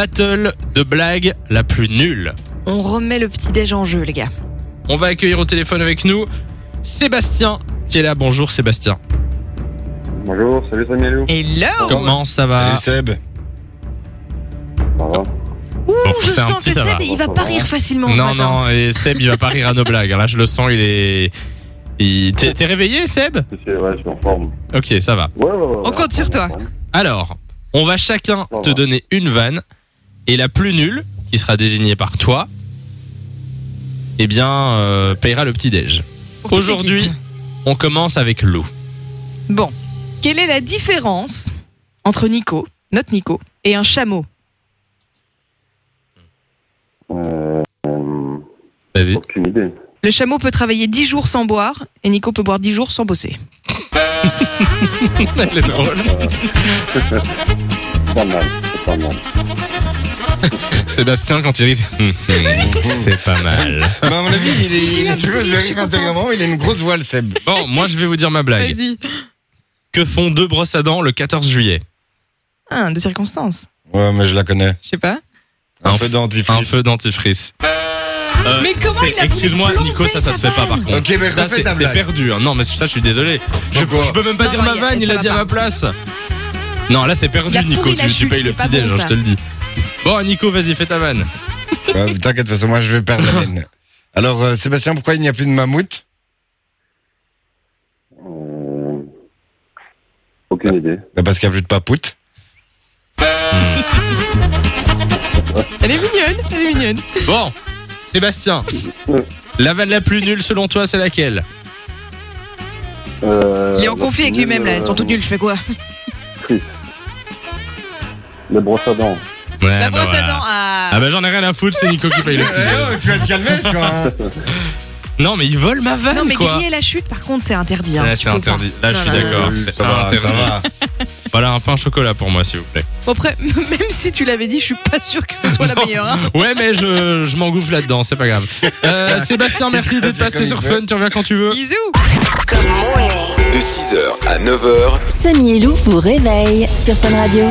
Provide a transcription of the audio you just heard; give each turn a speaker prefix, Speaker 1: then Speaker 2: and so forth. Speaker 1: battle de blagues la plus nulle.
Speaker 2: On remet le petit déj en jeu, les gars.
Speaker 1: On va accueillir au téléphone avec nous Sébastien qui est là. Bonjour Sébastien.
Speaker 3: Bonjour, salut Samuelou.
Speaker 2: Hello
Speaker 1: Comment ça va
Speaker 4: Salut Seb.
Speaker 3: Ça va
Speaker 2: Ouh,
Speaker 1: Bon,
Speaker 2: je
Speaker 1: c'est un
Speaker 2: sens
Speaker 1: petit
Speaker 2: que
Speaker 1: ça
Speaker 2: Seb,
Speaker 1: va.
Speaker 2: il va pas rire facilement ce
Speaker 1: Non,
Speaker 2: matin.
Speaker 1: non, et Seb il va pas rire à nos blagues. Là je le sens, il est... il- T'es t'es réveillé Seb
Speaker 3: Si, si, ouais, je suis en forme.
Speaker 1: Ok, ça va.
Speaker 3: Ouais, ouais, ouais, ouais,
Speaker 2: compte
Speaker 3: en
Speaker 2: sur
Speaker 3: forme,
Speaker 2: toi.
Speaker 3: en forme.
Speaker 1: Alors, on va chacun
Speaker 3: Ça
Speaker 1: te
Speaker 3: va.
Speaker 1: donner une vanne et la plus nulle, qui sera désignée par toi, eh bien, euh, payera le petit déj.
Speaker 2: Pour toute
Speaker 1: Aujourd'hui-
Speaker 2: l'équipe.
Speaker 1: On commence avec Lou.
Speaker 2: Bon, quelle est la différence entre Nico, notre Nico, et un chameau
Speaker 3: Euh, euh,
Speaker 1: Vas-y.
Speaker 3: aucune idée.
Speaker 2: Le chameau peut travailler 10 jours sans boire et Nico peut boire 10 jours sans bosser.
Speaker 1: Elle est drôle.
Speaker 3: C'est pas mal, c'est pas mal.
Speaker 1: Sébastien, quand il rit, hum, hum, c'est pas mal.
Speaker 4: Bah, à mon avis, il
Speaker 2: Je
Speaker 4: est, il
Speaker 2: suis
Speaker 4: est-
Speaker 2: là,
Speaker 4: tu vois,
Speaker 2: je suis
Speaker 4: je rire
Speaker 2: contente.
Speaker 4: intérieurement, il a une grosse voile, Seb.
Speaker 1: Bon, moi, je vais vous dire ma blague.
Speaker 2: Vas-y.
Speaker 1: Que font deux brosses à dents le 14 juillet
Speaker 2: Ah, de circonstances.
Speaker 4: Ouais, mais je la connais.
Speaker 2: Je sais pas.
Speaker 4: Un,
Speaker 1: Un
Speaker 4: feu dentifrice.
Speaker 1: Un feu dentifrice. Euh,
Speaker 2: Mais comment
Speaker 1: c'est-
Speaker 2: il a voulu
Speaker 1: Excuse-moi,
Speaker 2: plomber
Speaker 1: Nico, ça, ça se
Speaker 2: sa
Speaker 1: fait pas par
Speaker 2: vanne
Speaker 1: contre.
Speaker 4: Ok, mais
Speaker 1: ça,
Speaker 4: refais
Speaker 1: c'est
Speaker 4: ta
Speaker 1: c'est
Speaker 4: blague.
Speaker 1: perdu. hein. Non, mais ça, je suis désolé. Je,
Speaker 4: Pourquoi
Speaker 1: je peux même pas
Speaker 2: Non,
Speaker 1: dire
Speaker 2: non,
Speaker 1: ma
Speaker 2: il y a-
Speaker 1: vanne, il
Speaker 2: ça
Speaker 1: a
Speaker 2: va
Speaker 1: dit à
Speaker 2: pas.
Speaker 1: ma place. Non, là, c'est perdu,
Speaker 2: Il a
Speaker 1: Nico.
Speaker 2: pourri la
Speaker 1: Tu, tu
Speaker 2: chute,
Speaker 1: payes le
Speaker 2: c'est pas
Speaker 1: petit déj,
Speaker 2: bon,
Speaker 1: hein, je
Speaker 2: ça.
Speaker 1: te le dis. Bon, Nico, vas-y, fais ta vanne.
Speaker 4: Ouais, T'inquiète, de toute façon, moi, je vais perdre la mienne. Alors, euh, Sébastien, pourquoi il n'y a plus de mammouth
Speaker 3: Euh, aucune idée.
Speaker 4: Bah, Parce qu'il n'y a plus de papoute.
Speaker 2: Elle est mignonne, elle est mignonne.
Speaker 1: Bon, Sébastien, la vanne la plus nulle selon toi, c'est laquelle
Speaker 3: Euh,
Speaker 2: Il est en
Speaker 3: la
Speaker 2: conflit avec
Speaker 3: plus
Speaker 2: lui-même là,
Speaker 3: nulle,
Speaker 2: elles sont toutes nulles, je fais quoi
Speaker 3: euh, Les brosses à dents.
Speaker 1: Ouais, bah
Speaker 2: La brosse à
Speaker 1: voilà.
Speaker 2: dents ah.
Speaker 1: Ah bah j'en ai rien à foutre, c'est Nico qui paye le
Speaker 4: Eh,
Speaker 1: petit déj.
Speaker 4: oh, tu vas te calmer, toi. hein.
Speaker 1: Non, mais ils volent ma vanne,
Speaker 2: Non mais
Speaker 1: quoi.
Speaker 2: griller la chute par contre c'est interdit. hein,
Speaker 1: Là,
Speaker 2: tu
Speaker 1: Ah, c'est
Speaker 2: peux
Speaker 1: interdit. Là, je
Speaker 2: Non,
Speaker 1: suis
Speaker 2: non, non,
Speaker 1: d'accord.
Speaker 4: Oui,
Speaker 1: C'est
Speaker 4: Euh, ça va, ça
Speaker 1: interdit.
Speaker 4: va.
Speaker 1: Voilà un pain au chocolat pour moi, s'il vous plaît.
Speaker 2: pas. Bon, après, même si tu l'avais dit, je suis pas sûr que ce soit la
Speaker 1: Non.
Speaker 2: meilleure. hein.
Speaker 1: Ouais, mais je, je m'engouffe là-dedans, c'est pas grave. Euh, Sébastien, merci d'être
Speaker 4: C'est
Speaker 1: passé
Speaker 4: comme
Speaker 1: sur
Speaker 4: il veut.
Speaker 1: Fun, tu reviens quand tu veux.
Speaker 2: Bisous
Speaker 5: De 6h à 9h,
Speaker 6: Samy et Lou vous réveille sur Fun Radio.